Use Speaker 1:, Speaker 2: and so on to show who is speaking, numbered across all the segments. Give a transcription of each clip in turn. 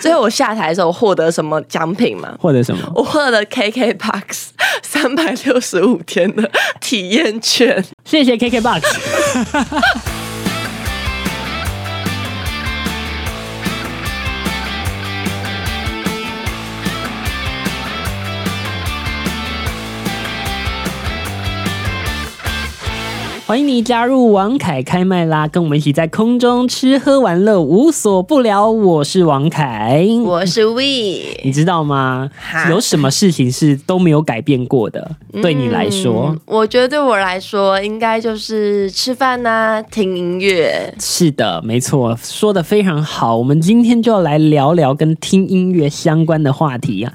Speaker 1: 最后我下台的时候我获得什么奖品吗？
Speaker 2: 或者什么？
Speaker 1: 我获得 KKBOX 三百六十五天的体验券。
Speaker 2: 谢谢 KKBOX。欢迎你加入王凯开麦啦，跟我们一起在空中吃喝玩乐无所不聊。我是王凯，
Speaker 1: 我是 We，
Speaker 2: 你知道吗
Speaker 1: 哈？
Speaker 2: 有什么事情是都没有改变过的？对你来说，
Speaker 1: 我觉得对我来说应该就是吃饭呐、听音乐。
Speaker 2: 是的，没错，说的非常好。我们今天就要来聊聊跟听音乐相关的话题啊。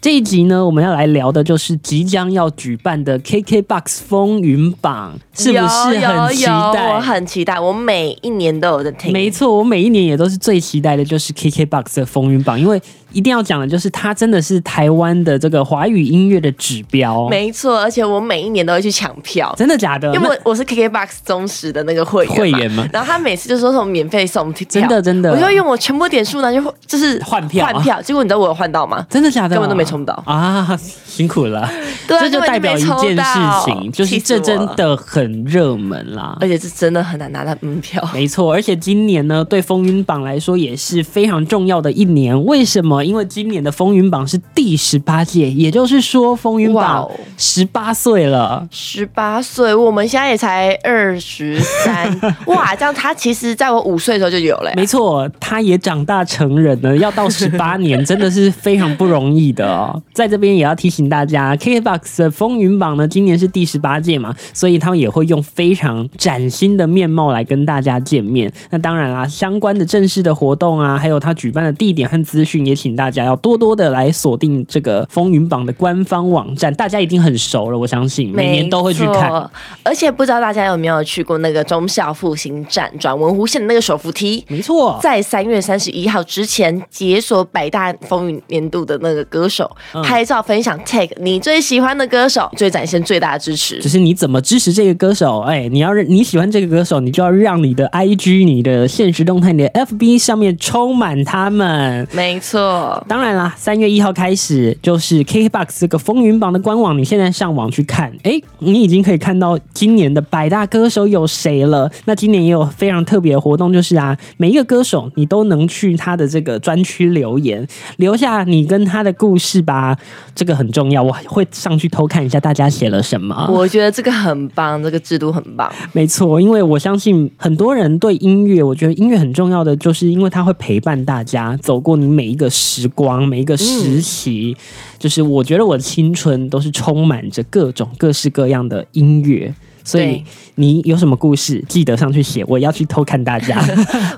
Speaker 2: 这一集呢，我们要来聊的就是即将要举办的 KKBOX 风云榜，是不是很期
Speaker 1: 有有有我
Speaker 2: 待？
Speaker 1: 很期待，我每一年都有在听。
Speaker 2: 没错，我每一年也都是最期待的，就是 KKBOX 的风云榜，因为一定要讲的就是它真的是台湾的这个华语音乐的指标。
Speaker 1: 没错，而且我每一年都会去抢票，
Speaker 2: 真的假的？
Speaker 1: 因为
Speaker 2: 嗯那
Speaker 1: 我我是 KKBOX 忠实的那个会员嘛
Speaker 2: 会员吗
Speaker 1: 然后他每次就说什么免费送票，
Speaker 2: 真的真的
Speaker 1: 我就用我全部点数呢，就就是
Speaker 2: 换票啊
Speaker 1: 换票。结果你知道我有换到吗？
Speaker 2: 真的假的？
Speaker 1: 根本都没冲到
Speaker 2: 啊！辛苦了，
Speaker 1: 对啊
Speaker 2: 这
Speaker 1: 根
Speaker 2: 就
Speaker 1: 本就
Speaker 2: 代表一件
Speaker 1: 没抽
Speaker 2: 事
Speaker 1: 到
Speaker 2: 情，就是
Speaker 1: 哦气死我
Speaker 2: 这
Speaker 1: 了
Speaker 2: 真的很热门啦。
Speaker 1: 而且这真的很难拿到门票。
Speaker 2: 没错，而且今年呢，对风云榜来说也是非常重要的一年。为什么？因为今年的风云榜是第十八届，也就是说，风云
Speaker 1: 哇
Speaker 2: 榜
Speaker 1: 哦
Speaker 2: 十八岁了。
Speaker 1: 十八岁，我们现在也才二十 三，哇！这样他其实在我五岁的时候就有了、
Speaker 2: 没错，他也长大成人了，要到十八年真的是非常不容易的哦。在这边也要提醒大家，KKBOX 的风云榜呢，今年是第十八届嘛，所以他们也会用非常崭新的面貌来跟大家见面。那当然啦，相关的正式的活动啊，还有他举办的地点和资讯，也请大家要多多的来锁定这个风云榜的官方网站，大家一定很熟了，我相信每年都会去
Speaker 1: 没
Speaker 2: 看。
Speaker 1: 错，而且不知道大家有没有去过那个忠孝复兴站转文湖线的那个手扶梯，
Speaker 2: 没错，
Speaker 1: 在三月三十一号之前解锁百大风云年度的那个歌手，
Speaker 2: 嗯
Speaker 1: 拍照分享 tag 你最喜欢的歌手，最展现最大的支持
Speaker 2: 就。是你怎么支持这个歌手？哎、你要你喜欢这个歌手，你就要让你的 IG、你的现实动态、你的 FB 上面充满他们。
Speaker 1: 没错，
Speaker 2: 当然啦，三月一号开始就是 KKBOX 这个风云榜的官网，你现在上网去看，哎、你已经可以看到今年的百大歌手有谁了。那今年也有非常特别的活动，就是啊，每一个歌手你都能去他的这个专区留言，留下你跟他的故事吧，这个很重要。我会上去偷看一下大家写了什么。
Speaker 1: 我觉得这个很棒，这个制度很 棒。
Speaker 2: 没错，因为我相信很多人对音乐，我觉得音乐很重要的，就是因为它会陪伴大家走过你每一个时光、每一个时
Speaker 1: 嗯
Speaker 2: 期。就是我觉得我的青春都是充满着各种各式各样的音乐，所以
Speaker 1: 对
Speaker 2: 你有什么故事，记得上去写，我也要去偷看大 家。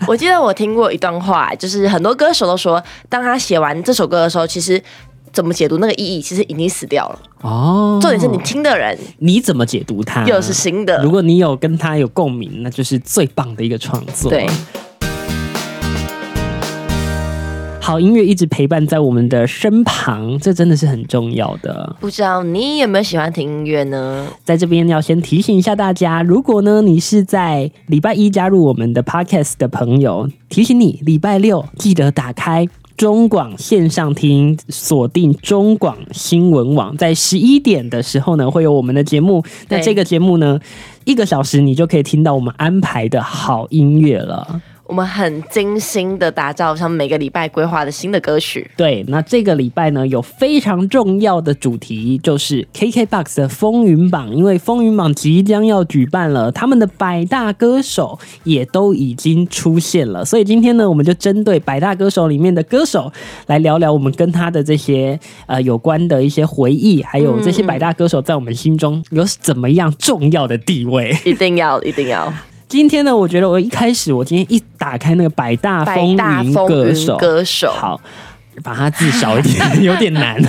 Speaker 1: 我记得我听过一段话，就是很多歌手都说，当他写完这首歌的时候，其实怎么解读那个意义，其实已经死掉了。
Speaker 2: 哦，
Speaker 1: 重点是你听的人
Speaker 2: 你怎么解读它？
Speaker 1: 又是新的
Speaker 2: 嗯如。果你有跟他有共鸣，那就是最棒的一个创作。
Speaker 1: 对。
Speaker 2: 好音乐一直陪伴在我们的身旁，这真的是很重要的。
Speaker 1: 不知道你有没有喜欢听音乐呢？
Speaker 2: 在这边要先提醒一下大家，如果呢你是在礼拜一加入我们的 podcast 的朋友，提醒你礼拜六记得打开。中广线上听，锁定中广新闻网，在十一点的时候呢，会有我们的节目。那
Speaker 1: 对
Speaker 2: 这个节目呢，一个小时你就可以听到我们安排的好音乐了。
Speaker 1: 我们很精心的打造像每个礼拜规划的新的歌曲，
Speaker 2: 对，那这个礼拜呢有非常重要的主题，就是 KKBOX 的风云榜，因为风云榜即将要举办了，他们的百大歌手也都已经出现了，所以今天呢，我们就针对百大歌手里面的歌手来聊聊我们跟他的这些呃有关的一些回忆，还有这些百大歌手在我们心中有怎么样重要的地位。
Speaker 1: 一定 要一定要。
Speaker 2: 今天呢，我觉得我一开始，我今天一打开那个百大
Speaker 1: 百
Speaker 2: 啊风
Speaker 1: 大
Speaker 2: 云
Speaker 1: 风
Speaker 2: 歌
Speaker 1: 云
Speaker 2: 手，
Speaker 1: 歌手，
Speaker 2: 好，把它字少 一点，有点难。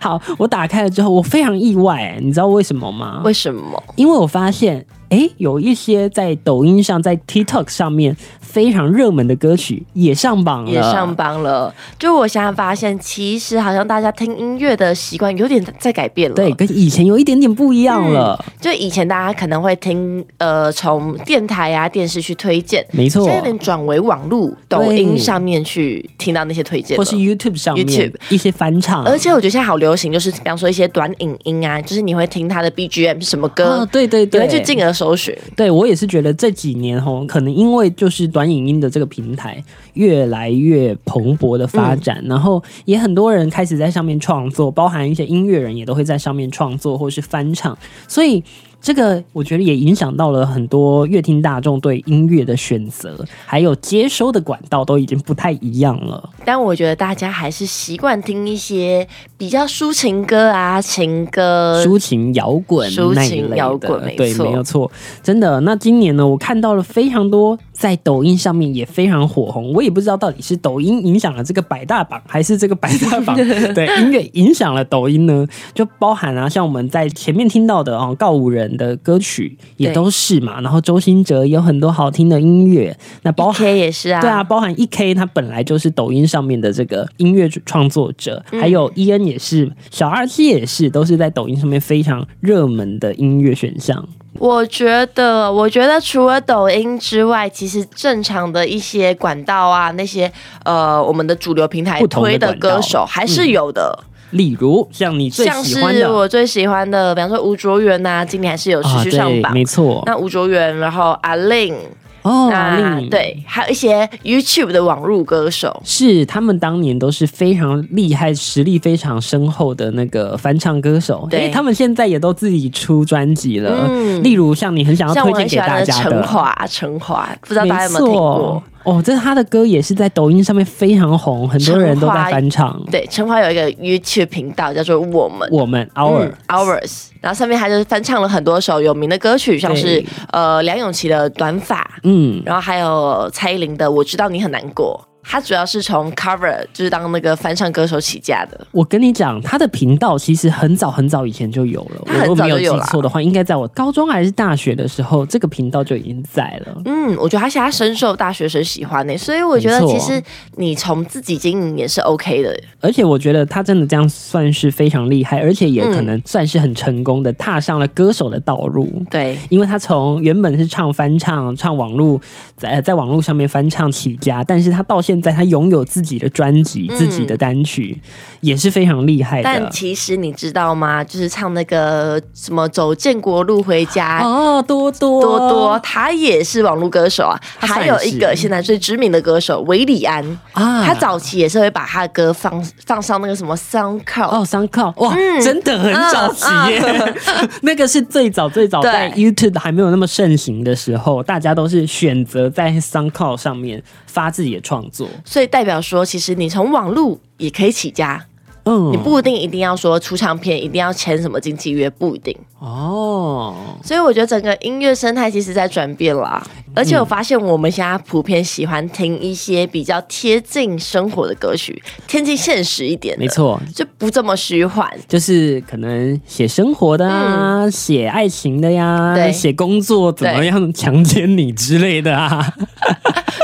Speaker 2: 好，我打开了之后，我非常意外，你知道为什么吗？
Speaker 1: 为什么？
Speaker 2: 因为我发现，哎、诶，有一些在抖音上、在 TikTok 上面非常热门的歌曲也上榜了，
Speaker 1: 也上榜了。就我现在发现，其实好像大家听音乐的习惯有点在改变了。
Speaker 2: 对，跟以前有一点点不一样了，
Speaker 1: 就以前大家可能会听呃从电台啊电视去推荐，
Speaker 2: 没错
Speaker 1: 现在能转为网络抖音上面去听到那些推荐
Speaker 2: 或
Speaker 1: 了。
Speaker 2: 是 YouTube 上面
Speaker 1: YouTube
Speaker 2: 一些翻唱，
Speaker 1: 而且我觉得现在好流行，就是比方说一些短影音啊，就是你会听它的 BGM 是什么
Speaker 2: 啊，
Speaker 1: 歌，
Speaker 2: 对对
Speaker 1: 你
Speaker 2: 对，
Speaker 1: 会去进而搜寻。
Speaker 2: 对我也是觉得这几年吼，可能因为就是短影音的这个平台越来越蓬勃的发展，然后也很多人开始在上面创作，包含一些音乐人也都会在上面创作或是翻唱，所以。这个我觉得也影响到了很多乐听大众对音乐的选择，还有接收的管道都已经不太一样了。
Speaker 1: 但我觉得大家还是习惯听一些比较抒情歌啊、情歌。
Speaker 2: 抒情摇滚
Speaker 1: 呃抒
Speaker 2: 那一
Speaker 1: 情
Speaker 2: 类
Speaker 1: 摇
Speaker 2: 的
Speaker 1: 滚没
Speaker 2: 对，
Speaker 1: 错
Speaker 2: 没有错，真的。那今年呢，我看到了非常多在抖音上面也非常火红，我也不知道到底是抖音影响了这个百大榜，还是这个百大 榜对音乐影响了抖音呢？就包含啊，像我们在前面听到的哦，告五人的歌曲也
Speaker 1: 对
Speaker 2: 都是嘛，然后周兴哲也有很多好听的音乐，那包含
Speaker 1: K 也是啊，
Speaker 2: 对啊，，包含 E K 他本来就是抖音上面的这个音乐创作者，
Speaker 1: 嗯
Speaker 2: 还有 E N 也是，小 R 七也是，都是在抖音上面非常热门的音乐选项。
Speaker 1: 我觉得，我觉得除了抖音之外，其实正常的一些管道啊，那些呃，我们的主流平台
Speaker 2: 不同的
Speaker 1: 推的
Speaker 2: 管道
Speaker 1: 歌手还是有的，
Speaker 2: 例如像你嗯最
Speaker 1: 像
Speaker 2: 喜欢的
Speaker 1: 是我最喜欢的，比方说吴卓源呐、今年还是有持
Speaker 2: 啊，
Speaker 1: 续上
Speaker 2: 对，
Speaker 1: 榜。
Speaker 2: 没错，
Speaker 1: 那吴卓源，然后阿令，
Speaker 2: 哦，
Speaker 1: 那
Speaker 2: 令
Speaker 1: 对，还有一些 YouTube 的网络歌手，
Speaker 2: 是他们当年都是非常厉害、实力非常深厚的那个翻唱歌手，
Speaker 1: 对
Speaker 2: 因为他们现在也都自己出专辑了。
Speaker 1: 嗯
Speaker 2: 例如像你很想要
Speaker 1: 像
Speaker 2: 推
Speaker 1: 我
Speaker 2: 荐
Speaker 1: 很
Speaker 2: 给
Speaker 1: 喜欢
Speaker 2: 大
Speaker 1: 的
Speaker 2: 家
Speaker 1: 陈华，陈华，不知道
Speaker 2: 没
Speaker 1: 大家有没有听过
Speaker 2: 错？哦，这他的歌也是在抖音上面非常红，很多人都在翻 唱。
Speaker 1: 对，陈华有一个 YouTube 频道叫做我们。
Speaker 2: 我们 Our、
Speaker 1: 嗯 Hours，然后上面他就翻唱了很多首有名的歌曲，像是
Speaker 2: 对
Speaker 1: 呃梁咏琪的《短发》，
Speaker 2: 嗯，
Speaker 1: 然后还有蔡依林的《我知道你很难过》。他主要是从 cover 就是当那个翻唱歌手起家的，
Speaker 2: 我跟你讲，他的频道其实很早很早以前就有了。
Speaker 1: 他很
Speaker 2: 我如果
Speaker 1: 早
Speaker 2: 没
Speaker 1: 就
Speaker 2: 有
Speaker 1: 有
Speaker 2: 记
Speaker 1: 啦
Speaker 2: 错的话，应该在我高中还是大学的时候，这个频道就已经在了。
Speaker 1: 嗯，我觉得他现在深受大学生喜欢呢、所以我觉得
Speaker 2: 没错
Speaker 1: 其实你从自己经营也是 OK 的，
Speaker 2: 而且我觉得他真的这样算是非常厉害，而且也
Speaker 1: 嗯
Speaker 2: 可能算是很成功的踏上了歌手的道路。
Speaker 1: 对，
Speaker 2: 因为他从原本是唱翻唱、唱网络，在呃在网络上面翻唱起家，但是他到现在他拥有自己的专辑、
Speaker 1: 嗯
Speaker 2: 自己的单曲，也是非常厉害
Speaker 1: 但
Speaker 2: 的。
Speaker 1: 其实你知道吗？就是唱那个什么走建国路回家。
Speaker 2: 哦，多多
Speaker 1: 多多，他也是网络歌手啊，
Speaker 2: 他算
Speaker 1: 还有一个
Speaker 2: 是
Speaker 1: 现在最知名的歌手韦礼安，
Speaker 2: 啊，
Speaker 1: 他早期也是会把他的歌放放上那个什么 SoundCloud，、
Speaker 2: 哦三 o 哇，
Speaker 1: 嗯
Speaker 2: 真的很早期耶， 那个是最早最早
Speaker 1: 对
Speaker 2: 在 YouTube 还没有那么盛行的时候，大家都是选择在三 o 上面发自己的创作。
Speaker 1: 所以代表说，其实你从网络也可以起家，
Speaker 2: 嗯，
Speaker 1: 你不一定一定要说出唱片，一定要签什么经纪约，不一定。
Speaker 2: 哦，
Speaker 1: 所以我觉得整个音乐生态其实在转变啦，
Speaker 2: 嗯
Speaker 1: 而且我发现我们现在普遍喜欢听一些比较贴近生活的歌曲，贴近现实一点的，
Speaker 2: 没，错，
Speaker 1: 就不这么虚幻。
Speaker 2: 就是可能写生活的啊，写爱情的呀，
Speaker 1: 嗯对
Speaker 2: 写工作怎么样强奸你之类的啊，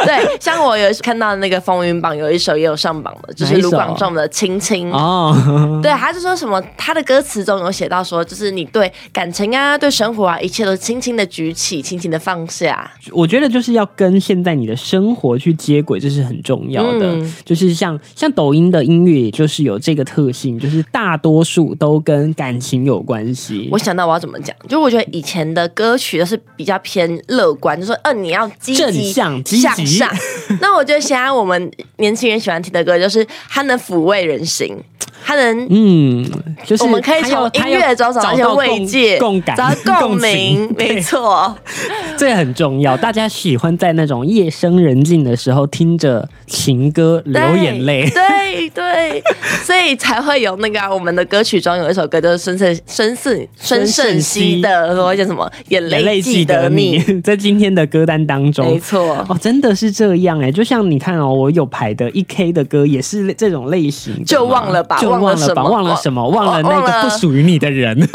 Speaker 1: 对，像我有看到那个风云榜有一首也有上榜的，就是
Speaker 2: 哪一
Speaker 1: 卢
Speaker 2: 首
Speaker 1: 广仲的《青青》。
Speaker 2: 哦，
Speaker 1: 对，他就说什么，他的歌词中有写到说，就是你对感情啊、对生活啊，一切都轻轻的举起，轻轻的放下。
Speaker 2: 我觉得就是要跟现在你的生活去接轨，这是很重要的。
Speaker 1: 嗯
Speaker 2: 就是像像抖音的音乐，也就是有这个特性，就是大多数都跟感情有关系
Speaker 1: 我。想到我要怎么讲，就我觉得以前的歌曲都是比较偏乐观，就说，嗯、你要积
Speaker 2: 正
Speaker 1: 极
Speaker 2: 向积极
Speaker 1: 向上。那我觉得现在我们年轻人喜欢听的歌，就是它能抚慰人心，它能。
Speaker 2: 嗯，就是
Speaker 1: 我们可以
Speaker 2: 他
Speaker 1: 从
Speaker 2: 要
Speaker 1: 音
Speaker 2: 他要
Speaker 1: 乐中找到一些
Speaker 2: 到
Speaker 1: 慰
Speaker 2: 共
Speaker 1: 藉、
Speaker 2: 共感、
Speaker 1: 找到共鸣，
Speaker 2: 情
Speaker 1: 没
Speaker 2: 对
Speaker 1: 错。
Speaker 2: 这很重要，大家喜欢在那种夜深人静的时候听着情歌流
Speaker 1: 对
Speaker 2: 眼泪。
Speaker 1: 对对，所以才会有那个啊、我们的歌曲中有一首歌，就是孙盛孙盛孙盛熙的，说叫什么“眼
Speaker 2: 眼
Speaker 1: 泪
Speaker 2: 泪
Speaker 1: 记
Speaker 2: 记
Speaker 1: 得
Speaker 2: 得
Speaker 1: 你
Speaker 2: 你， 在今天的歌单当”，
Speaker 1: 没
Speaker 2: 中，
Speaker 1: 错。
Speaker 2: 哦，真的是欸这样哎、就像你看哦，我有排的一 K 的歌也是这种类型的嘛，
Speaker 1: 就忘了吧
Speaker 2: 就忘
Speaker 1: 忘了
Speaker 2: 忘
Speaker 1: 什么
Speaker 2: 了吧，忘了什么，哦忘了那个不属于你的人。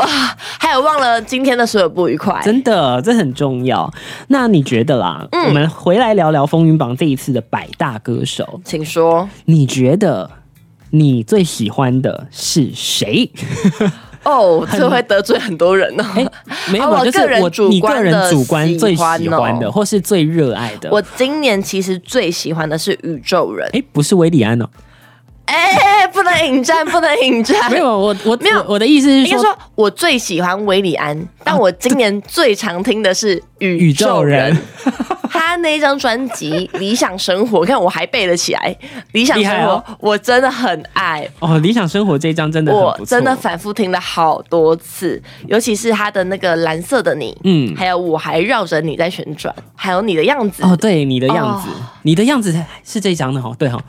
Speaker 1: 还有忘了今天的所有不愉快。
Speaker 2: 真的，这很重要。那你觉得啦？
Speaker 1: 嗯
Speaker 2: 我们回来聊聊风云榜这一次的百大歌手，
Speaker 1: 请说
Speaker 2: 你觉得你最喜欢的是谁？
Speaker 1: 哦，这会得罪很多人呢、
Speaker 2: 哎、 没有
Speaker 1: 啊
Speaker 2: 啊，
Speaker 1: 我
Speaker 2: 就是
Speaker 1: 个人
Speaker 2: 我
Speaker 1: 主
Speaker 2: 你
Speaker 1: 观
Speaker 2: 个人
Speaker 1: 的
Speaker 2: 主观
Speaker 1: 喜
Speaker 2: 最喜
Speaker 1: 欢哦
Speaker 2: 欢的，或是最热爱的。
Speaker 1: 我今年其实最喜欢的是宇宙人，
Speaker 2: 哎、不是维里安哦，
Speaker 1: 哎、不能引战，不能引战。
Speaker 2: 没有，我我
Speaker 1: 哎没有
Speaker 2: 我我的意思是
Speaker 1: 应该
Speaker 2: 说，
Speaker 1: 说，啊我最喜欢维里安，但我今年最常听的是宇
Speaker 2: 宇宙
Speaker 1: 宙
Speaker 2: 人
Speaker 1: 人。 他那张专辑《理想生活》，看我还背得起来，《理想
Speaker 2: 厉
Speaker 1: 生
Speaker 2: 害
Speaker 1: 活》
Speaker 2: 哦
Speaker 1: 我真的很爱，
Speaker 2: 哦，理想生活这一张真的
Speaker 1: 我
Speaker 2: 很不错，
Speaker 1: 真的反复听了好多次，尤其是他的那个蓝色的你，
Speaker 2: 嗯
Speaker 1: 还有我还绕着你在旋转，还有你的样子，
Speaker 2: 哦，对你的样子，
Speaker 1: 哦
Speaker 2: 你的样子是这一张的哦，对哦，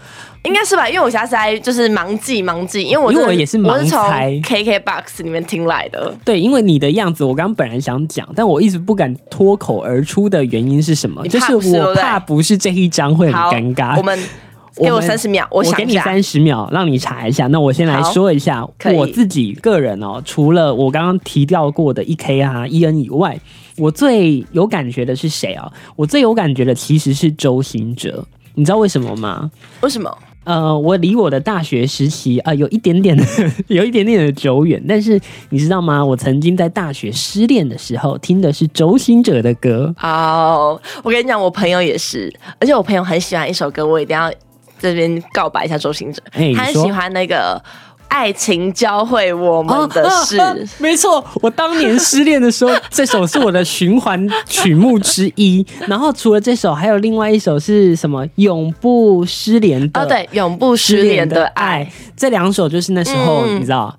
Speaker 1: 应该是吧？因为我现在是在就是盲记盲记，因为我
Speaker 2: 因为
Speaker 1: 真的
Speaker 2: 我也是
Speaker 1: 我
Speaker 2: 盲
Speaker 1: 是从
Speaker 2: 猜
Speaker 1: KKBOX 里面听来的，
Speaker 2: 对，因为你的样子，我刚刚本来想讲，但我一直不敢脱口而出的原因是什么？
Speaker 1: 你
Speaker 2: 就
Speaker 1: 怕
Speaker 2: 是
Speaker 1: 不是对
Speaker 2: 我
Speaker 1: 不对
Speaker 2: 怕不是这一张会很
Speaker 1: 好，
Speaker 2: 尴尬。
Speaker 1: 我们给我三十秒，我
Speaker 2: 我
Speaker 1: 想
Speaker 2: 给
Speaker 1: 一
Speaker 2: 你
Speaker 1: 下。
Speaker 2: 三十秒，让你查一下。那我先来
Speaker 1: 好
Speaker 2: 说一下
Speaker 1: 可以
Speaker 2: 我自己个人哦，除了我刚刚提到过的 E K 啊、E N 以外，我最有感觉的是谁啊？我最有感觉的其实是周兴哲，你知道为什么吗？
Speaker 1: 为什么？
Speaker 2: 呃，我离我的大学时期啊、呃有一点点的， 有一点点的久远。但是你知道吗？我曾经在大学失恋的时候，听的是周兴哲的歌。
Speaker 1: 哦、我跟你讲，我朋友也是，而且我朋友很喜欢一首歌，我一定要这边告白一下周星哲，
Speaker 2: 哎你
Speaker 1: 他很
Speaker 2: 说
Speaker 1: 喜欢那个《爱情教会我们的事》
Speaker 2: 啊啊啊没错，我当年失恋的时候，这首是我的循环曲目之 一。然后除了这首，还有另外一首是什么？永不失联的
Speaker 1: 哦，对，永不失联的爱，，
Speaker 2: 这两首就是那时候、
Speaker 1: 嗯
Speaker 2: 你知道。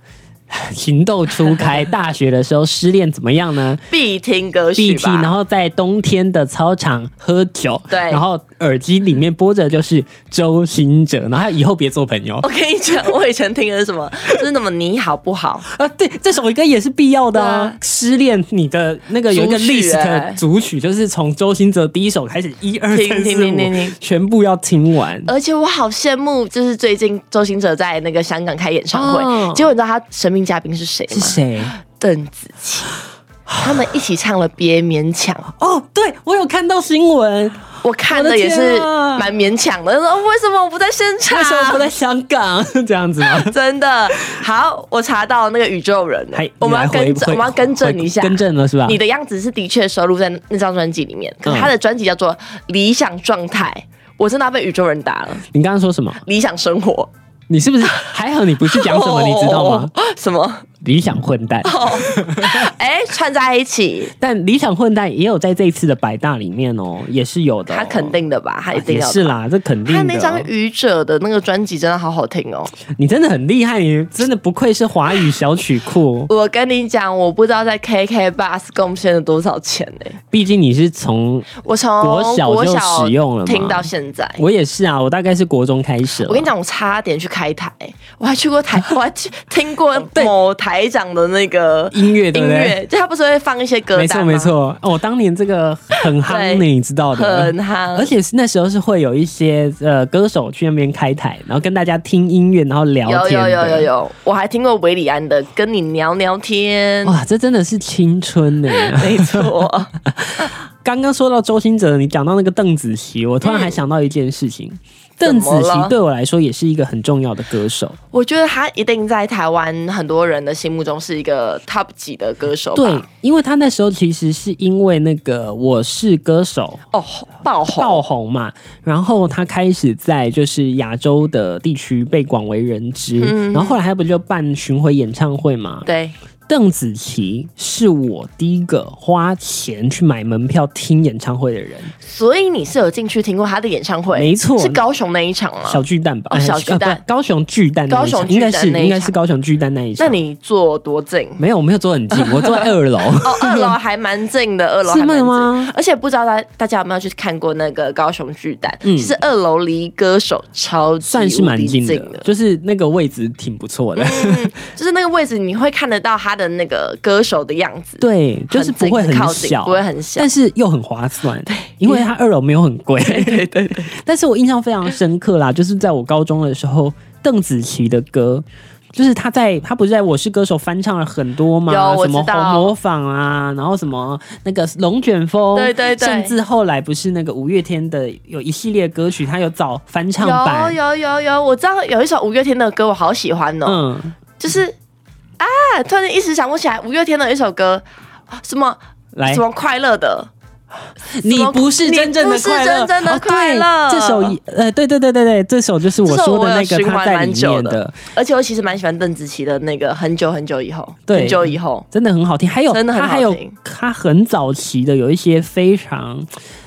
Speaker 2: 情窦初开，大学的时候失恋怎么样 呢？
Speaker 1: 必听歌曲
Speaker 2: BT，然
Speaker 1: 吧。
Speaker 2: 后在冬天的操场喝酒，
Speaker 1: 对
Speaker 2: 然后耳机里面播着就是周兴哲，然后还有以后别做朋友
Speaker 1: 我跟你讲，我以前听的是什么？就是那么你好不好？
Speaker 2: 啊，对，这首歌也是必要的啊。
Speaker 1: 对啊
Speaker 2: 失恋你的那个有一个
Speaker 1: 组曲
Speaker 2: list 的
Speaker 1: 欸
Speaker 2: 组曲，哎就是从周兴哲第一首开始，一二
Speaker 1: 听
Speaker 2: 三
Speaker 1: 听
Speaker 2: 四
Speaker 1: 听听
Speaker 2: 五
Speaker 1: 听，
Speaker 2: 全部要听完。
Speaker 1: 而且我好羡慕，就是最近周星哲在那个香港开演唱会，
Speaker 2: 哦
Speaker 1: 结果你知道他神秘嘉宾是谁
Speaker 2: 是
Speaker 1: 吗？
Speaker 2: 谁？
Speaker 1: 邓紫棋，他们一起唱了《别勉强》，
Speaker 2: 哦，对我有看到新闻，
Speaker 1: 我看的也
Speaker 2: 我的
Speaker 1: 是
Speaker 2: 天啊
Speaker 1: 蛮勉强的。说为什么我不在现场
Speaker 2: 那？时候我在香港 这样子吗？
Speaker 1: 真的好，我查到那个宇宙人了
Speaker 2: 还，
Speaker 1: 我们
Speaker 2: 你
Speaker 1: 要
Speaker 2: 来回
Speaker 1: 更正，
Speaker 2: 回
Speaker 1: 我们要更正一下。
Speaker 2: 更正了是吧？
Speaker 1: 你的样子是的确收录在那张专辑里面，可
Speaker 2: 嗯
Speaker 1: 是他的专辑叫做《理想状态》，我真的要被宇宙人打了。
Speaker 2: 你刚刚说什么？
Speaker 1: 理想生活，
Speaker 2: 你是不是 还好？你不是讲什么，你知道吗？？
Speaker 1: 什么？
Speaker 2: 理想混蛋，
Speaker 1: 哎，串在一起，
Speaker 2: 但理想混蛋也有在这一次的百大里面哦，也是有的哦、
Speaker 1: 他肯定的吧？他一定
Speaker 2: 也
Speaker 1: 要的。
Speaker 2: 是啦，这肯定的。哦
Speaker 1: 他那张愚者的那个专辑真的好好听哦！。
Speaker 2: 你真的很厉害，你真的不愧是华语小曲库
Speaker 1: 我跟你讲，我不知道在 KK Bus 贡献了多少钱呢、
Speaker 2: 毕竟你是从
Speaker 1: 我从
Speaker 2: 国小就
Speaker 1: 国小
Speaker 2: 使用了吗
Speaker 1: 听到现在。
Speaker 2: 我也是啊啊，我大概是国中开始了。
Speaker 1: 我跟你讲，我差点去开台，我还去过台， 我还去听 过某台长的那个
Speaker 2: 音乐对
Speaker 1: 音
Speaker 2: 不对
Speaker 1: 乐，就他不是会放一些歌
Speaker 2: 没错
Speaker 1: 单吗？
Speaker 2: 没，错，哦我当年这个很夯
Speaker 1: 对
Speaker 2: 呢，你知道的
Speaker 1: 很。夯。
Speaker 2: 而且是那时候是会有一些呃歌手去那边开台，然后跟大家听音乐，然后聊
Speaker 1: 有
Speaker 2: 天
Speaker 1: 有
Speaker 2: 的。
Speaker 1: 有有有，我还听过维里安的《跟你聊聊天》，
Speaker 2: 哇，这真的是青春呢！
Speaker 1: 没错，
Speaker 2: 刚刚说到周兴哲，你讲到那个邓紫棋，我突然还想到一件事情，邓
Speaker 1: 嗯
Speaker 2: 紫
Speaker 1: 怎么
Speaker 2: 棋
Speaker 1: 了
Speaker 2: 对我来说也是一个很重要的歌手。
Speaker 1: 我觉得他一定在台湾很多人的心目中是一个 top 级的歌手吧。
Speaker 2: 对，因为他那时候其实是因为那个《我是歌手》
Speaker 1: 哦，爆红，
Speaker 2: 爆红嘛，然后他开始在就是亚洲的地区被广为人知，
Speaker 1: 嗯
Speaker 2: 然后后来他不就办巡回演唱会嘛？
Speaker 1: 对，
Speaker 2: 邓紫棋是我第一个花钱去买门票听演唱会的人，
Speaker 1: 所以你是有进去听过他的演唱会？
Speaker 2: 没错
Speaker 1: 是高雄那一场吗？
Speaker 2: 小巨蛋吧？
Speaker 1: 哦
Speaker 2: 哎
Speaker 1: 小巨
Speaker 2: 呃不
Speaker 1: 蛋
Speaker 2: 高雄巨蛋那一场，
Speaker 1: 高雄
Speaker 2: 应
Speaker 1: 巨
Speaker 2: 该
Speaker 1: 蛋
Speaker 2: 是
Speaker 1: 那一
Speaker 2: 应该是
Speaker 1: 场
Speaker 2: 高雄巨蛋那一场。
Speaker 1: 那你坐多近？
Speaker 2: 没有，我没有坐很近，我坐在二楼。
Speaker 1: 哦，二楼还蛮近的，二楼还
Speaker 2: 是
Speaker 1: 蛮近
Speaker 2: 吗？
Speaker 1: 而且不知道大大家有没有去看过那个高雄巨蛋？
Speaker 2: 嗯
Speaker 1: 其实二楼离歌手超级
Speaker 2: 算是蛮
Speaker 1: 无敌
Speaker 2: 近
Speaker 1: 近
Speaker 2: 的，就是那个位置挺不错的。
Speaker 1: 嗯，就是那个位置，你会看得到他的那个歌手的样子，
Speaker 2: 对，就
Speaker 1: 很
Speaker 2: 是
Speaker 1: 近，
Speaker 2: 不会很
Speaker 1: 靠近
Speaker 2: 小，
Speaker 1: 不会很小
Speaker 2: 但。是又很划算，因为它二楼没有很贵。对对对但是我印象非常深刻啦，就是在我高中的时候，邓紫棋的歌。就是他在他不是在《我是歌手》翻唱了很多嘛，
Speaker 1: 有我
Speaker 2: 什
Speaker 1: 知
Speaker 2: 么
Speaker 1: 道
Speaker 2: 红模仿啊，然后什么那个龙卷风，
Speaker 1: 对对对
Speaker 2: 甚至后来不是那个五月天的有一系列歌曲，他有找翻唱版，
Speaker 1: 有有有有，我知道有一首五月天的歌，我好喜欢哦，
Speaker 2: 嗯，
Speaker 1: 就是啊，突然一时想不起来五月天的一首歌，什么
Speaker 2: 来
Speaker 1: 什，么快乐的，
Speaker 2: 你不是真正的快乐，
Speaker 1: 你不是真正的
Speaker 2: 哦对
Speaker 1: 快乐
Speaker 2: 这首也呃，对对对对对，这首就是我说的那
Speaker 1: 这首
Speaker 2: 个
Speaker 1: 我有循环
Speaker 2: 他在里
Speaker 1: 蛮久
Speaker 2: 面
Speaker 1: 的
Speaker 2: 的，
Speaker 1: 而且我其实蛮喜欢邓紫棋的那个很久很久以后，
Speaker 2: 对
Speaker 1: 很久以后，
Speaker 2: 真的很好听。还有，
Speaker 1: 真的很
Speaker 2: 他
Speaker 1: 好
Speaker 2: 还有
Speaker 1: 听
Speaker 2: 他很早期的有一些非常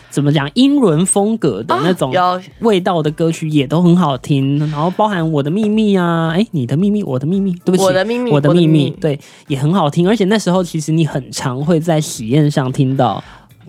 Speaker 2: 怎么讲英伦风格的那种
Speaker 1: 啊有
Speaker 2: 味道的歌曲也都很好听，然后包含《我的秘密》啊，哎，你的秘密，我的秘密，对不起，
Speaker 1: 我的秘密，
Speaker 2: 我的秘密
Speaker 1: 我，的
Speaker 2: 对，也很好听。而且那时候其实你很常会在喜宴上听到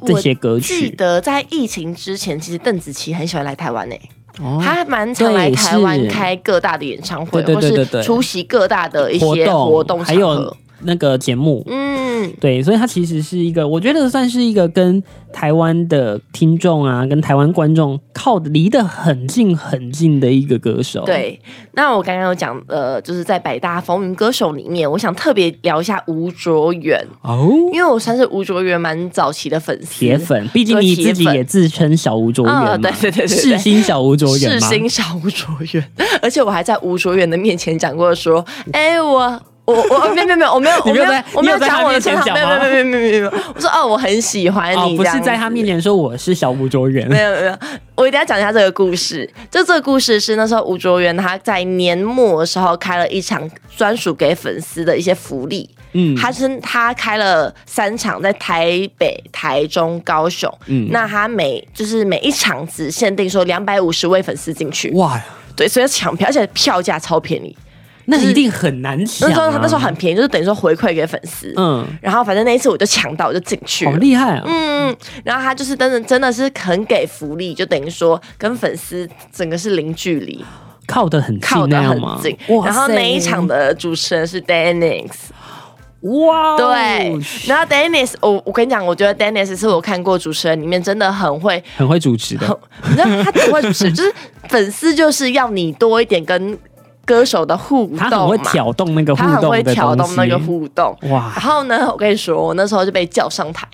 Speaker 2: 这些歌
Speaker 1: 记
Speaker 2: 曲，
Speaker 1: 得在疫情之前，其实邓紫棋很喜欢来台湾诶、
Speaker 2: 哦
Speaker 1: 她蛮常来台湾开各大的演唱会，
Speaker 2: 对是对对对
Speaker 1: 或
Speaker 2: 对
Speaker 1: 是出席各大的一
Speaker 2: 活
Speaker 1: 些
Speaker 2: 动
Speaker 1: 活动
Speaker 2: 还
Speaker 1: 场
Speaker 2: 有
Speaker 1: 合。
Speaker 2: 那个节目，
Speaker 1: 嗯，
Speaker 2: 对，所以它其实是一个，我觉得算是一个跟台湾的听众啊，跟台湾观众靠离得很近很近的一个歌手。，
Speaker 1: 对。那我刚刚有讲，呃，就是在百大风云歌手里面，我想特别聊一下吴卓源，
Speaker 2: 哦，
Speaker 1: 因为我算是吴卓源蛮早期的粉丝，
Speaker 2: 铁粉，毕竟你自己也自称小吴卓源嘛，
Speaker 1: 嗯对对对对对
Speaker 2: 世新小吴卓源
Speaker 1: 世
Speaker 2: 嘛，哦
Speaker 1: 新小吴卓源，而且我还在吴卓源的面前讲过说，哎、我。我我没有没有没有我没有我
Speaker 2: 你
Speaker 1: 没
Speaker 2: 没有
Speaker 1: 有
Speaker 2: 在
Speaker 1: 我没有
Speaker 2: 你有在
Speaker 1: 讲
Speaker 2: 他
Speaker 1: 我的
Speaker 2: 面前
Speaker 1: 称号，
Speaker 2: 讲
Speaker 1: 没有
Speaker 2: 吗
Speaker 1: 没有没有没有没有没有，我说哦我很喜欢
Speaker 2: 哦，
Speaker 1: 你，
Speaker 2: 不
Speaker 1: 这样
Speaker 2: 是在他
Speaker 1: 子
Speaker 2: 面前说我是小吴卓源，
Speaker 1: 没有没有，我一定要讲一下这个故事。就这个故事是那时候吴卓源他在年末的时候开了一场专属给粉丝的一些福利，
Speaker 2: 嗯，
Speaker 1: 他是他开了三场，在台北、台中、高雄。
Speaker 2: 嗯
Speaker 1: 那他每就是每一场只限定说两百五十位粉丝进去，
Speaker 2: 哇，
Speaker 1: 对，所以抢票，而且票价超便宜。
Speaker 2: 那一定很难想、
Speaker 1: 那
Speaker 2: 啊。
Speaker 1: 时候他那时候很便宜，就是等于说回馈给粉丝。
Speaker 2: 嗯，
Speaker 1: 然后反正那一次我就抢到，我就进去
Speaker 2: 好
Speaker 1: 了。
Speaker 2: 厉害啊！
Speaker 1: 嗯，然后他就是真的真的是很给福利，就等于说跟粉丝整个是零距离，
Speaker 2: 靠得很近
Speaker 1: 靠得
Speaker 2: 那样
Speaker 1: 很
Speaker 2: 吗？
Speaker 1: 近。
Speaker 2: 哇
Speaker 1: 然后
Speaker 2: 塞
Speaker 1: 那一场的主持人是 Dennis，
Speaker 2: 哇哦，
Speaker 1: 对。然后 Dennis，我我跟你讲，我觉得 Dennis 是我看过主持人里面真的很会，
Speaker 2: 很会主持的，
Speaker 1: 很你知道他很会主持，就是粉丝就是要你多一点跟歌手的互动
Speaker 2: 他很会
Speaker 1: 嘛。
Speaker 2: 挑动那个互
Speaker 1: 他很
Speaker 2: 动
Speaker 1: 会
Speaker 2: 的东西，
Speaker 1: 挑动那个互动。
Speaker 2: 哇
Speaker 1: 然后呢，我跟你说，我那时候就被叫上台，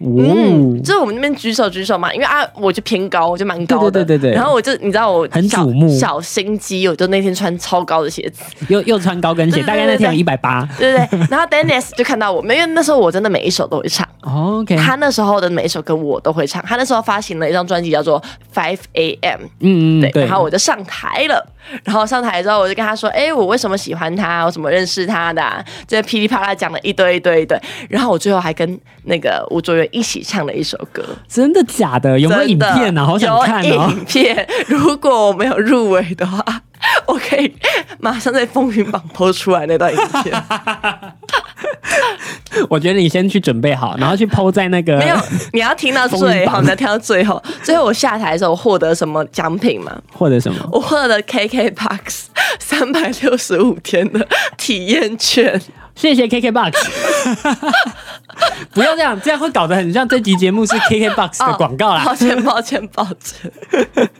Speaker 2: 哦
Speaker 1: 嗯，，就是我们那边举手举手嘛，因为啊，我就偏高，我就蛮高的，
Speaker 2: 对对对对对
Speaker 1: 然后我就你知道我
Speaker 2: 很
Speaker 1: 小
Speaker 2: 瞩目
Speaker 1: 小心机，我就那天穿超高的鞋子，
Speaker 2: 又又穿高跟鞋，
Speaker 1: 对对对
Speaker 2: 大概那天有
Speaker 1: 对
Speaker 2: 一百八。
Speaker 1: 对不对？然后 Dennis 就看到我，因为那时候我真的每一首都会唱，
Speaker 2: OK，
Speaker 1: 他那时候的每一首歌我都会唱。他那时候发行了一张专辑叫做 Five A.M。
Speaker 2: 嗯嗯
Speaker 1: 对，然后我就上台了，然后上台之后我就跟他说，哎、我为什么喜欢他，我怎么认识他的、啊，这噼里啪啦讲了一堆一堆一堆，然后我最后还跟那个吴卓源一起唱了一首歌，
Speaker 2: 真的假的？有没有
Speaker 1: 真
Speaker 2: 影
Speaker 1: 的
Speaker 2: 片啊？好想看
Speaker 1: 有
Speaker 2: 哦！
Speaker 1: 影片，如果我没有入围的话，我可以马上在风云榜播出来那段影 片。
Speaker 2: 我觉得你先去准备好，然后去剖在那个
Speaker 1: 哎没有，你要听到
Speaker 2: 风
Speaker 1: 最
Speaker 2: 云
Speaker 1: 后，
Speaker 2: 榜
Speaker 1: 你要听到最 后。最后我下台的时候，我获得什么奖品吗？
Speaker 2: 或者什么。
Speaker 1: 我获得 KKBOX 三百六十五天的体验券。
Speaker 2: 谢谢 KKBox，不要这样，这样会搞得很像这集节目是 KKBox 的广告
Speaker 1: 哦抱
Speaker 2: 啦。
Speaker 1: 歉，抱歉，抱歉。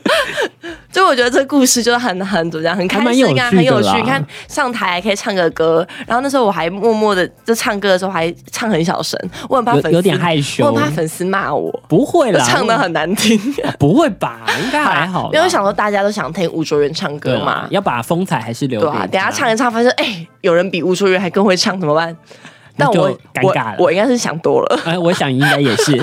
Speaker 1: 就我觉得这故事就是很很怎么样，很开
Speaker 2: 还蛮
Speaker 1: 心
Speaker 2: 有趣的
Speaker 1: 啊，
Speaker 2: 啦
Speaker 1: 很有趣。你看上台还可以唱个歌，然后那时候我还默默的就唱歌的时候还唱很小声，我很怕粉丝
Speaker 2: 有有点害羞
Speaker 1: 我很怕粉丝骂我，
Speaker 2: 不会
Speaker 1: 就
Speaker 2: 啦，
Speaker 1: 唱的很难听。
Speaker 2: 不会吧？应该还好啦，
Speaker 1: 因为我想说大家都想听吴卓源唱
Speaker 2: 对
Speaker 1: 歌
Speaker 2: 啊
Speaker 1: 嘛，
Speaker 2: 要把风采还是留
Speaker 1: 对
Speaker 2: 给
Speaker 1: 啊，
Speaker 2: 他
Speaker 1: 等一下唱一唱，发现哎、有人比吴卓源还更会唱，怎么办？但
Speaker 2: 那就
Speaker 1: 我
Speaker 2: 尴
Speaker 1: 我
Speaker 2: 尬了
Speaker 1: 我应该是想多了。
Speaker 2: 哎，我想应该也 是。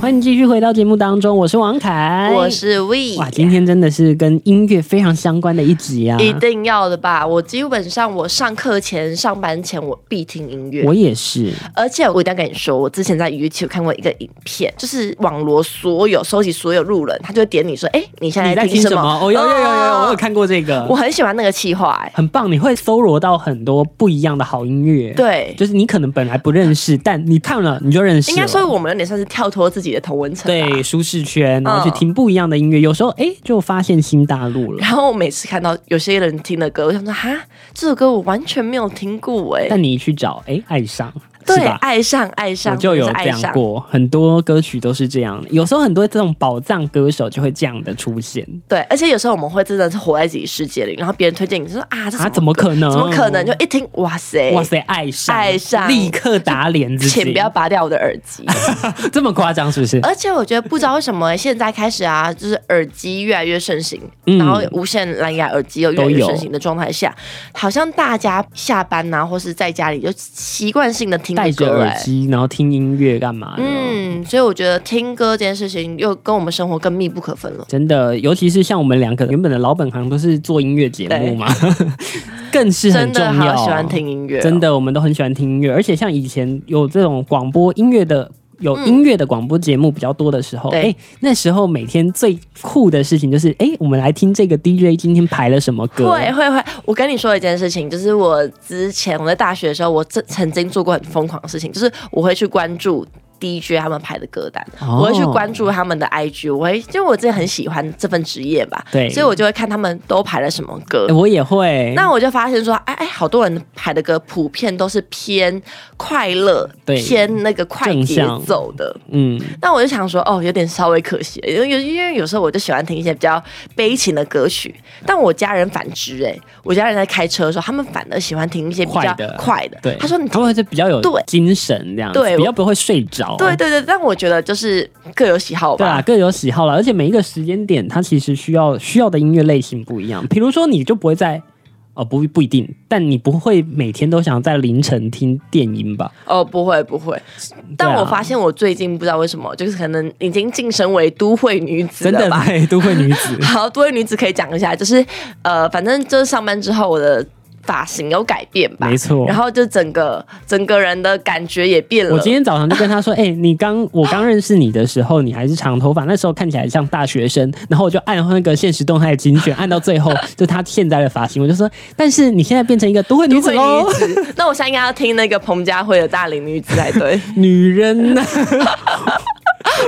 Speaker 2: 欢迎继续回到节目当中，我是王凯，
Speaker 1: 我是 We，
Speaker 2: 哎哇，今天真的是跟音乐非常相关的一集啊！
Speaker 1: 一定要的吧？我基本上我上课前、上班前我必听音乐
Speaker 2: 我，也是，
Speaker 1: 而且我一定要跟你说，我之前在 YouTube 看过一个影片，就是网罗所有收集所有路人，他就会点你说：“哎、你现
Speaker 2: 你在
Speaker 1: 听
Speaker 2: 听什么？
Speaker 1: 么？”
Speaker 2: 哦，有有有有，
Speaker 1: 哦
Speaker 2: 我有看过这个，
Speaker 1: 我很喜欢那个企划、哎，
Speaker 2: 很棒，你会搜罗到很多不一样的好音乐。，
Speaker 1: 对，
Speaker 2: 就是你可能本来不认识，但你看了你就认识
Speaker 1: 应该
Speaker 2: 了。
Speaker 1: 说我们有点算是跳脱自己的同文层。啊
Speaker 2: 对。舒适圈，
Speaker 1: 嗯
Speaker 2: 然后去听不一样的音乐，有时候哎、就发现新大陆了。
Speaker 1: 然后我每次看到有些人听的歌，我想说哈，这首歌我完全没有听过哎、
Speaker 2: 但你一去找，哎、爱上，
Speaker 1: 对
Speaker 2: 是，吧？
Speaker 1: 爱上爱上
Speaker 2: 我就有
Speaker 1: 是
Speaker 2: 这
Speaker 1: 爱上
Speaker 2: 样过，很多歌曲都是这样的。有时候很多这种宝藏歌手就会这样的出现
Speaker 1: 对，而且有时候我们会真的是活在自己世界里，然后别人推荐你说啊，这什
Speaker 2: 啊，
Speaker 1: 么
Speaker 2: 怎么可能？
Speaker 1: 怎么可能？就一听，哇塞，
Speaker 2: 哇塞，爱上
Speaker 1: 爱上
Speaker 2: 立刻打脸自己，
Speaker 1: 请不要呃拔掉我的耳 机。
Speaker 2: 这么夸张，是不是？
Speaker 1: 而且我觉得不知道为什么现在开始啊， 就是耳机越来越盛行，
Speaker 2: 嗯
Speaker 1: 然后无线蓝牙耳机又越来
Speaker 2: 都
Speaker 1: 越
Speaker 2: 有
Speaker 1: 盛行的状态下，好像大家下班呐、或是在家里就习惯性的听
Speaker 2: 戴着
Speaker 1: 歌、
Speaker 2: 耳
Speaker 1: 欸。
Speaker 2: 机，然后听音乐干嘛的？
Speaker 1: 嗯，所以我觉得听歌这件事情又跟我们生活更密不可分了。
Speaker 2: 真的，尤其是像我们两个原本的老本行都是做音乐节目嘛， 更是
Speaker 1: 真
Speaker 2: 很重
Speaker 1: 的
Speaker 2: 要。啊
Speaker 1: 好喜欢听音乐哦、
Speaker 2: 真的，我们都很喜欢听音乐，而且像以前有这种广播音乐的。有音乐的广播节目比较多的时候，
Speaker 1: 嗯对
Speaker 2: 哎、那时候每天最酷的事情就是，哎、我们来听这个 DJ 今天排了什么歌，
Speaker 1: 会会会，我跟你说一件事情，就是我之前我在大学的时候，我曾曾经做过很疯狂的事情，就是我会去关注 DJ 他们排的歌单，
Speaker 2: 哦
Speaker 1: 我会去关注他们的 IG，我会因为我自己很喜欢这份职业吧，
Speaker 2: 对
Speaker 1: 所以我就会看他们都排了什么歌。
Speaker 2: 哎我也会。
Speaker 1: 那我就发现说，哎哎，好多人排的歌普遍都是偏快乐、
Speaker 2: 对
Speaker 1: 偏那个快
Speaker 2: 正
Speaker 1: 节
Speaker 2: 向
Speaker 1: 奏的。
Speaker 2: 嗯，
Speaker 1: 那我就想说，哦，有点稍微可惜，因为有因为有时候我就喜欢听一些比较悲情的歌曲，但我家人反之、哎，我家人在开车的时候，他们反而喜欢听一些比较
Speaker 2: 快的
Speaker 1: 快的。
Speaker 2: 对，
Speaker 1: 他说你
Speaker 2: 他。们会比较有
Speaker 1: 对
Speaker 2: 精神这样子，
Speaker 1: 对
Speaker 2: 比较不会睡着。
Speaker 1: 对对对，但我觉得就是各有喜好
Speaker 2: 对啊，
Speaker 1: 吧。
Speaker 2: 各有喜好了，而且每一个时间点，它其实需要需要的音乐类型不一样。比如说，你就不会在哦，不不一定，但你不会每天都想在凌晨听电音吧？
Speaker 1: 哦，不会不会，
Speaker 2: 啊
Speaker 1: 但我发现我最近不知道为什么，就是可能已经晋升为都会女子
Speaker 2: 真的
Speaker 1: 了吧。
Speaker 2: 对，都会女子
Speaker 1: 好，都会女子可以讲一下，就是呃，反正就是上班之后我的发型有改变吧，
Speaker 2: 没错
Speaker 1: 然后就整个整个人的感觉也变了。
Speaker 2: 我今天早上就跟他说：“哎、你刚我刚认识你的时候，你还是长头发，那时候看起来像大学生。”然后我就按那个现实动态精选，按到最后就他现在的发型，我就说：“但是你现在变成一个都会女
Speaker 1: 都
Speaker 2: 子
Speaker 1: 会
Speaker 2: 喽，
Speaker 1: 女子。那我现在应该要听那个彭佳慧的《大龄女子》才对。
Speaker 2: 女人呐、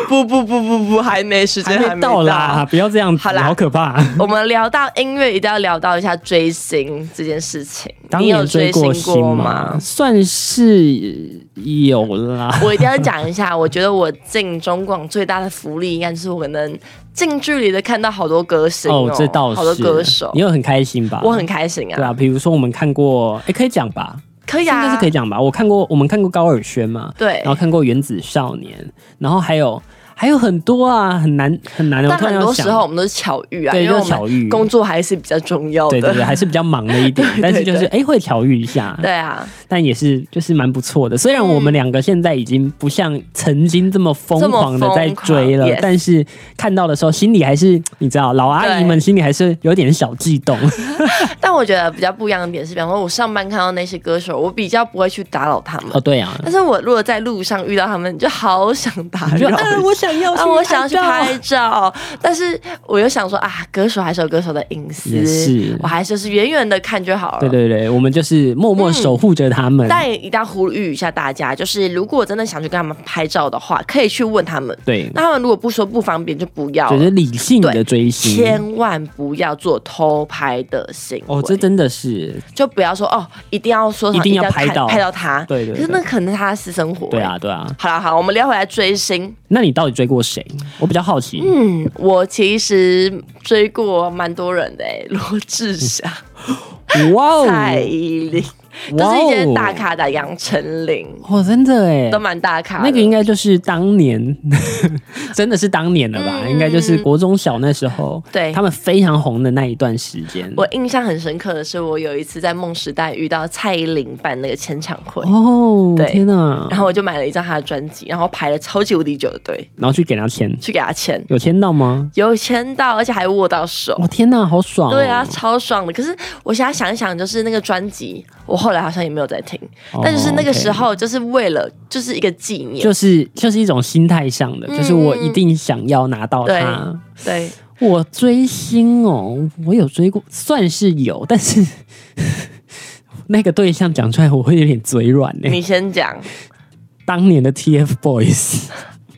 Speaker 1: 不不不不不，还没时
Speaker 2: 还
Speaker 1: 间，还
Speaker 2: 没到啦，。不要这样子，
Speaker 1: 好啦
Speaker 2: 好可怕。”
Speaker 1: 我们聊到音乐，一定要聊到一下追星这件事情。
Speaker 2: 当
Speaker 1: 你有
Speaker 2: 年
Speaker 1: 追
Speaker 2: 过
Speaker 1: 星过
Speaker 2: 吗？
Speaker 1: 吗？
Speaker 2: 算是有啦。
Speaker 1: 我一定要讲一下，我觉得我进中广最大的福利，应该就是我能近距离的看到好多歌星哦，
Speaker 2: 这倒是。
Speaker 1: 好多歌手
Speaker 2: 你，有很开心吧？
Speaker 1: 我很开心
Speaker 2: 对
Speaker 1: 啊，
Speaker 2: 啊，比如说我们看过，哎、可以讲吧？
Speaker 1: 可以
Speaker 2: 应该
Speaker 1: 啊，
Speaker 2: 是可以讲吧？我看过，我们看过高尔宣嘛，
Speaker 1: 对
Speaker 2: 然后。看过原子少年，然后还有还有很多啊，很难很难。我
Speaker 1: 但
Speaker 2: 突然
Speaker 1: 很
Speaker 2: 要
Speaker 1: 多
Speaker 2: 想
Speaker 1: 时候我们都是巧遇啊，
Speaker 2: 对
Speaker 1: 因为我
Speaker 2: 就是巧遇
Speaker 1: 们工作还是比较重要
Speaker 2: 对对对，
Speaker 1: 的。
Speaker 2: 还是比较忙了一点，但是就是哎、诶会巧遇一 下，
Speaker 1: 对嗯啊，
Speaker 2: 但也是就是蛮不错的。虽然我们两个现在已经不像曾经这么疯狂的在追
Speaker 1: 这么疯
Speaker 2: 了，
Speaker 1: 狂 yes
Speaker 2: 但是看到的时候心里还是你知道，老阿姨们心里还是有点小悸动。
Speaker 1: 但我觉得比较不一样的点是，比方说我上班看到那些歌手，我比较不会去打扰他们。
Speaker 2: 哦，对啊，
Speaker 1: 但是我如果在路上遇到他们，就好想打
Speaker 2: 你
Speaker 1: 扰
Speaker 2: 说。啊，我想要去
Speaker 1: 啊，我想要去
Speaker 2: 拍照
Speaker 1: 拍照，但是我又想说啊，歌手还是有歌手的隐
Speaker 2: 也是
Speaker 1: 私，我还是就是远远的看就好了。
Speaker 2: 对对对，我们就是默默守护着他们。
Speaker 1: 嗯但也一定要呼吁一下大家，就是如果真的想去跟他们拍照的话，可以去问他们。
Speaker 2: 对，
Speaker 1: 那他们如果不说不方便，就不要了
Speaker 2: 就是理性的追星。
Speaker 1: 千万不要做偷拍的行为。
Speaker 2: 哦，这真的是
Speaker 1: 就不要说哦，一定要说什么
Speaker 2: 一定要
Speaker 1: 看
Speaker 2: 拍到
Speaker 1: 拍到他，
Speaker 2: 对对对
Speaker 1: 可是那可能是他的私生活、
Speaker 2: 对啊，。对啊。
Speaker 1: 好了好，我们聊回来追星。
Speaker 2: 那你到底追过谁？我比较好奇。
Speaker 1: 嗯，我其实追过蛮多人的、欸，罗志祥、嗯
Speaker 2: 哇哦，
Speaker 1: 蔡依林，都
Speaker 2: 哇
Speaker 1: 是一些
Speaker 2: 哦
Speaker 1: 大咖的，杨丞琳
Speaker 2: 哦，真的哎
Speaker 1: 都，蛮大咖的。
Speaker 2: 那个应该就是当年， 真的是当年了吧？应该就是国中小那时候，
Speaker 1: 嗯对
Speaker 2: 他们非常红的那一段时间。
Speaker 1: 我印象很深刻的是，我有一次在梦时代遇到蔡依林办那个签唱会。
Speaker 2: 哦，
Speaker 1: 对
Speaker 2: 天哪！
Speaker 1: 然后我就买了一张她的专辑，然后排了超级无敌久的队
Speaker 2: 然后去给他签，
Speaker 1: 去给她签，
Speaker 2: 有签到吗？
Speaker 1: 有签到，而且还握到手。
Speaker 2: 哦，天哪，好爽、哦！
Speaker 1: 对啊，，超爽的。可是我现在想一想，就是那个专辑，我后来好像也没有在听，
Speaker 2: 哦
Speaker 1: 但就是那个
Speaker 2: OK
Speaker 1: 时候，就是为了就是一个纪念。
Speaker 2: 就是就是一种心态上的，就是我一定想要拿到
Speaker 1: 嗯对
Speaker 2: 它。
Speaker 1: 对，
Speaker 2: 我追星哦，我有追过，算是有，但是 那个对象讲出来，我会有点嘴软呢、
Speaker 1: 你先讲，
Speaker 2: 当年的 TFBOYS。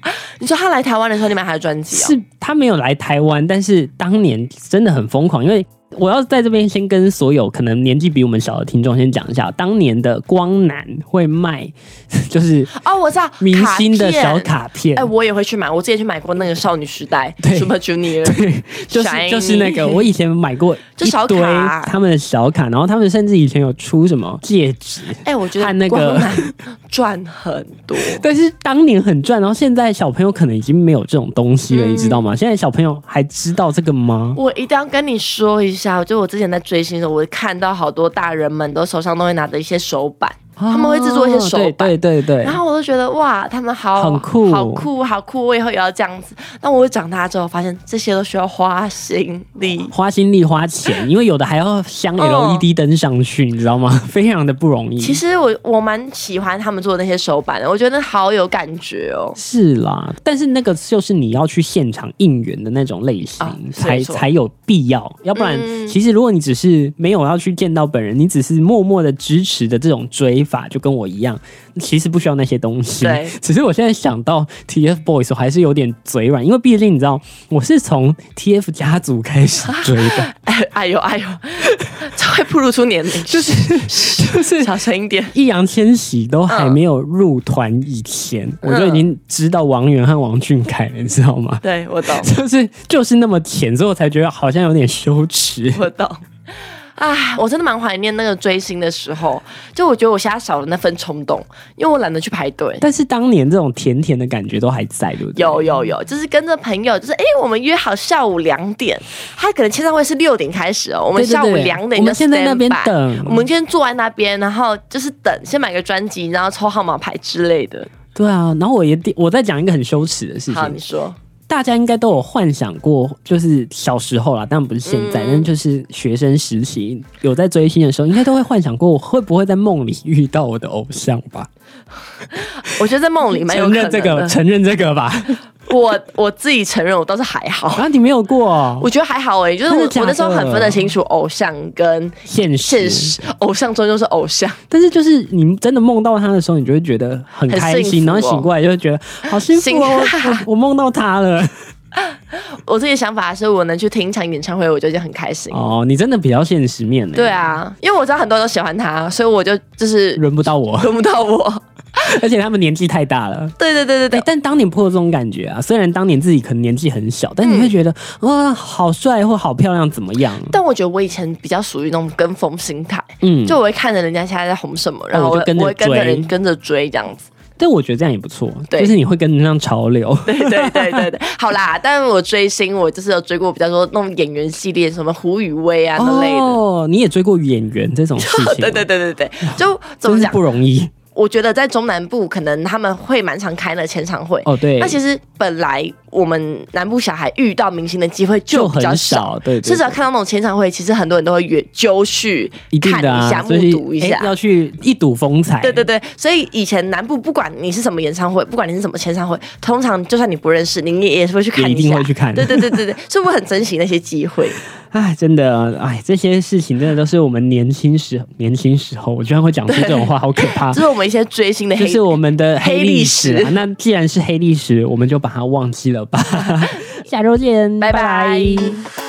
Speaker 1: 啊你说他来台湾的时候，你买他的专辑哦？
Speaker 2: 是他没有来台湾，但是当年真的很疯狂，因为我要在这边先跟所有可能年纪比我们小的听众先讲一下，当年的光南会卖 就是
Speaker 1: 哦，我知道，
Speaker 2: 明星的小
Speaker 1: 卡
Speaker 2: 卡片
Speaker 1: 片。哎，，我也会去买，我之前去买过那个少女时代
Speaker 2: 对
Speaker 1: Super Junior，
Speaker 2: 就是就是那个，我以前买过
Speaker 1: 就
Speaker 2: 一
Speaker 1: 小
Speaker 2: 堆
Speaker 1: 卡
Speaker 2: 他们的小卡，然后他们甚至以前有出什么戒指，
Speaker 1: 哎，我觉得
Speaker 2: 看那个
Speaker 1: 光南 赚很多，
Speaker 2: 但是当年很赚，然后现在小朋友可能已经没有这种东西
Speaker 1: 嗯
Speaker 2: 了，你知道吗？现在小朋友还知道这个吗？
Speaker 1: 我一定要跟你说一下，就我之前在追星的时候，我看到好多大人们都手上都会拿着一些手板，
Speaker 2: 哦
Speaker 1: 他们会制作一些手
Speaker 2: 对
Speaker 1: 板。
Speaker 2: 啊对对对
Speaker 1: 然。后我就觉得哇，他们好
Speaker 2: 很酷
Speaker 1: 好酷，好酷！我以后也要这样子。但我长大之后发现，这些都需要花心力。
Speaker 2: 花心力花钱，因为有的还要镶
Speaker 1: 哦
Speaker 2: LED 灯上去，你知道吗？ 非常的不容易。
Speaker 1: 其实我我蛮喜欢他们做的那些手板的，我觉得好有感觉哦。
Speaker 2: 是啦，但是那个就是你要去现场应援的那种类型，
Speaker 1: 啊是
Speaker 2: 才
Speaker 1: 没错
Speaker 2: 才有必要。要不然，
Speaker 1: 嗯
Speaker 2: 其实如果你只是没有要去见到本人，你只是默默的支持的这种追法，就跟我一样，其实不需要那些东西
Speaker 1: 对。
Speaker 2: 只是我现在想到 TFBOYS，我还是有点嘴软，因为毕竟你知道，我是从 TF 家族开始追 的，
Speaker 1: 哎哎呦哎呦，这会暴露出年龄，就是
Speaker 2: 就是
Speaker 1: 小声一点。
Speaker 2: 易烊千玺都还
Speaker 1: 嗯
Speaker 2: 没有入团以前，我就已经知道王源和王俊凯了，你知道吗？
Speaker 1: 对我 懂，
Speaker 2: 就是就是那么浅，所以我才觉得好像有点羞 耻。
Speaker 1: 我懂。唉，我真的蛮怀念那个追星的时候，就我觉得我现在少了那份冲动，因为我懒得去排队。
Speaker 2: 但是当年这种甜甜的感觉都还在，对不对？
Speaker 1: 有有有，就是跟着朋友，就是哎、我们约好下午两点，他可能签唱会是六点开始哦，我们
Speaker 2: 对对
Speaker 1: 下午
Speaker 2: 对
Speaker 1: 两点
Speaker 2: 我们
Speaker 1: 就
Speaker 2: 先在那
Speaker 1: stand
Speaker 2: 边
Speaker 1: by
Speaker 2: 等
Speaker 1: 我们今天坐在那边，然后就是等，先买个专辑，然后抽号码牌之类的。
Speaker 2: 对啊。然后我也我再讲一个很羞耻的事
Speaker 1: 好，
Speaker 2: 情
Speaker 1: 你，说，
Speaker 2: 大家应该都有幻想过，就是小时候啦，但不是现
Speaker 1: 嗯
Speaker 2: 在，但就是学生时期有在追星的时候，应该都会幻想过我会不会在梦里遇到我的偶像吧？
Speaker 1: 我觉得在梦里蛮有
Speaker 2: 承
Speaker 1: 可能的。
Speaker 2: 认这 个，承认这 个吧。
Speaker 1: 我我自己承认，我倒是还好。
Speaker 2: 啊，你没有过哦
Speaker 1: 我觉得还好哎、就是
Speaker 2: 真
Speaker 1: 我
Speaker 2: 的假
Speaker 1: 我那时候很
Speaker 2: 的
Speaker 1: 分得清楚偶像跟
Speaker 2: 现
Speaker 1: 现
Speaker 2: 实，
Speaker 1: 实，偶像终究是偶像。
Speaker 2: 但是就是你真的梦到他的时候，你就会觉得很开
Speaker 1: 很
Speaker 2: 心，
Speaker 1: 幸福哦
Speaker 2: 然后醒过来就会觉得好幸福
Speaker 1: 幸
Speaker 2: 哦，我 我梦到他 了。
Speaker 1: 我自己的想法是我能去听一场演唱会，我就已经很开心。
Speaker 2: 哦，你真的比较现实面欸呢。
Speaker 1: 对，啊，因为我知道很多人都喜欢他，所以我就就是
Speaker 2: 轮不到我，
Speaker 1: 轮不到我。
Speaker 2: 而且他们年纪太大了。
Speaker 1: 对对对对
Speaker 2: 对，
Speaker 1: 对，
Speaker 2: 但当年颇有这种感觉啊。虽然当年自己可能年纪很
Speaker 1: 嗯
Speaker 2: 小，但你会觉得哇、好帅或好漂亮，怎么样？
Speaker 1: 但我觉得我以前比较属于那种跟风心态，
Speaker 2: 嗯，
Speaker 1: 就我会看着人家现在在红什么，然
Speaker 2: 哦
Speaker 1: 后
Speaker 2: 我
Speaker 1: 我
Speaker 2: 就跟着
Speaker 1: 我会跟着
Speaker 2: 追
Speaker 1: 人跟着追这 样子。
Speaker 2: 但我觉得这样也不错，
Speaker 1: 对
Speaker 2: 就是你会跟得上 潮流。
Speaker 1: 对对对对对，好啦，但我追星，我就是有追过比较多那种演员系列，什么胡宇威啊那类的。
Speaker 2: 哦，你也追过演员这种事情，
Speaker 1: 对对对对对，就怎
Speaker 2: 真
Speaker 1: 么
Speaker 2: 是
Speaker 1: 讲？
Speaker 2: 不容易
Speaker 1: 我觉得在中南部可能他们会蛮常开的签唱会。
Speaker 2: 哦。对，
Speaker 1: 那其实本来我们南部小孩遇到明星的机会
Speaker 2: 就
Speaker 1: 就比
Speaker 2: 很
Speaker 1: 较少，
Speaker 2: 少，对对
Speaker 1: 至少看到那种签唱会，其实很多人都会约揪去
Speaker 2: 一定
Speaker 1: 看
Speaker 2: 的啊，
Speaker 1: 一下、
Speaker 2: 所
Speaker 1: 目
Speaker 2: 以
Speaker 1: 睹一下
Speaker 2: 哎。要去一睹风采。
Speaker 1: 对对对，所以以前南部不管你是什么演唱会，不管你是什么签唱会，通常就算你不认识，你也也是会去看
Speaker 2: 也一
Speaker 1: 一下，
Speaker 2: 定会去看
Speaker 1: 对对对对对，所以我很珍惜那些机 会。
Speaker 2: 哎，真的，哎，这些事情真的都是我们年轻时年轻时候，我居然会讲出这种话，好可怕
Speaker 1: 这。是我们一些追星的黑
Speaker 2: 啊这是我们的黑历史
Speaker 1: 黑历
Speaker 2: 啊！那 既然是黑历史，我们就把它忘记了吧。下周见，
Speaker 1: 拜
Speaker 2: 拜
Speaker 1: 拜